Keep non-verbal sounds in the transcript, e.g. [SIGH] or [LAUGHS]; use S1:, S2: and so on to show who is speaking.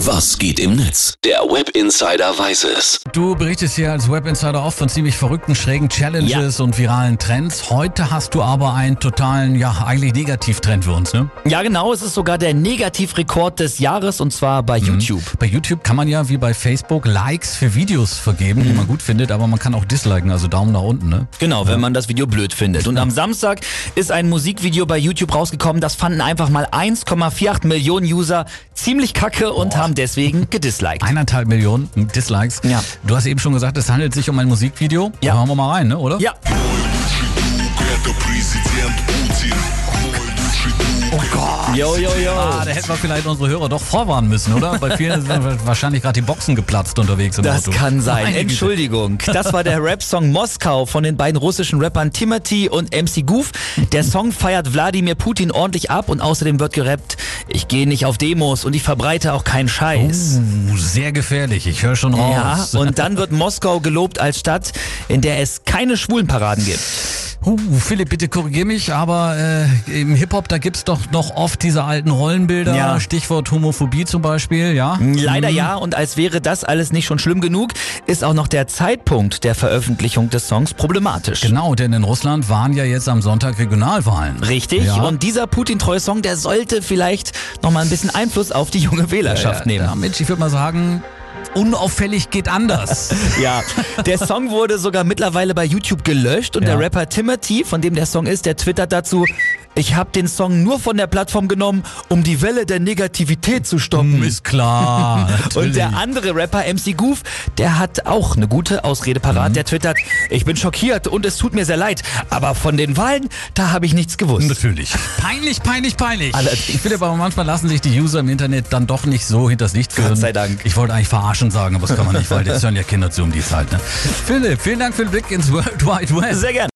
S1: Was geht im Netz? Der Web Insider weiß es.
S2: Du berichtest hier als Web Insider oft von ziemlich verrückten, schrägen Challenges und viralen Trends. Heute hast du aber einen totalen, ja, eigentlich Negativtrend für uns, ne?
S3: Ja, genau, es ist sogar der Negativrekord des Jahres und zwar bei YouTube.
S2: Bei YouTube kann man ja wie bei Facebook Likes für Videos vergeben, die
S3: Mhm.
S2: man gut findet, aber man kann auch disliken, also Daumen nach unten, ne?
S3: Genau, wenn man das Video blöd findet. Und am Samstag ist ein Musikvideo bei YouTube rausgekommen, das fanden einfach mal 1,48 Millionen User ziemlich kacke und haben deswegen gedisliked.
S2: Eineinhalb Millionen Dislikes.
S3: Ja.
S2: Du hast eben schon gesagt, es handelt sich um ein Musikvideo.
S3: Ja.
S2: Da Hören wir mal rein, ne, oder?
S3: Ja,
S4: это президент Путин. Мой лучший друг.
S2: Oh Gott.
S3: yo, yo, yo.
S2: Ah, da hätten wir vielleicht unsere Hörer doch vorwarnen müssen, oder? Bei vielen sind [LAUGHS] wahrscheinlich gerade die Boxen geplatzt unterwegs im
S3: Das
S2: Auto.
S3: kann sein.
S2: Meine Güte.
S3: Entschuldigung. Das war
S2: [LAUGHS]
S3: der Rap-Song Moskau von den beiden russischen Rappern Timothy und MC Goof. Der Song feiert Wladimir Putin ordentlich ab und außerdem wird gerappt, ich gehe nicht auf Demos und ich verbreite auch keinen Scheiß.
S2: Uh, sehr gefährlich, ich höre schon
S3: Ja,
S2: raus.
S3: und dann wird Moskau gelobt als Stadt, in der es keine Schwulenparaden gibt.
S2: Uh, Philipp, bitte korrigier mich, aber äh, im Hip-Hop, da gibt's doch noch oft diese alten Rollenbilder,
S3: Ja.
S2: Stichwort Homophobie zum Beispiel, ja? Mhm.
S3: Leider ja, und als wäre das alles nicht schon schlimm genug, ist auch noch der Zeitpunkt der Veröffentlichung des Songs problematisch.
S2: Genau, denn in Russland waren ja jetzt am Sonntag Regionalwahlen.
S3: Richtig.
S2: Ja.
S3: Und dieser putin song der sollte vielleicht nochmal ein bisschen Einfluss auf die junge Wählerschaft
S2: Ja,
S3: nehmen.
S2: Damit, ich würde mal sagen, unauffällig geht
S3: [LAUGHS]
S2: anders.
S3: Ja, der Song wurde sogar mittlerweile bei YouTube gelöscht und
S2: Ja.
S3: der Rapper Timothy, von dem der Song ist, der twittert dazu, ich habe den Song nur von der Plattform genommen, um die Welle der Negativität zu stoppen.
S2: Ist klar. [LAUGHS] natürlich.
S3: Und der andere Rapper MC Goof, der hat auch eine gute Ausrede
S2: Mhm.
S3: parat. Der twittert, ich bin schockiert und es tut mir sehr leid, aber von den Wahlen, da habe ich nichts gewusst.
S2: Natürlich. Peinlich, peinlich, peinlich.
S3: Allerdings.
S2: Philipp, Also, aber manchmal lassen sich die User im Internet dann doch nicht so hinters Licht führen.
S3: sei Dank.
S2: Ich wollte eigentlich verarschen sagen, aber das kann man nicht, weil jetzt hören ja Kinder zu um die Zeit. Ne? Philipp, vielen Dank für den Blick ins World Wide Web.
S3: Sehr gerne.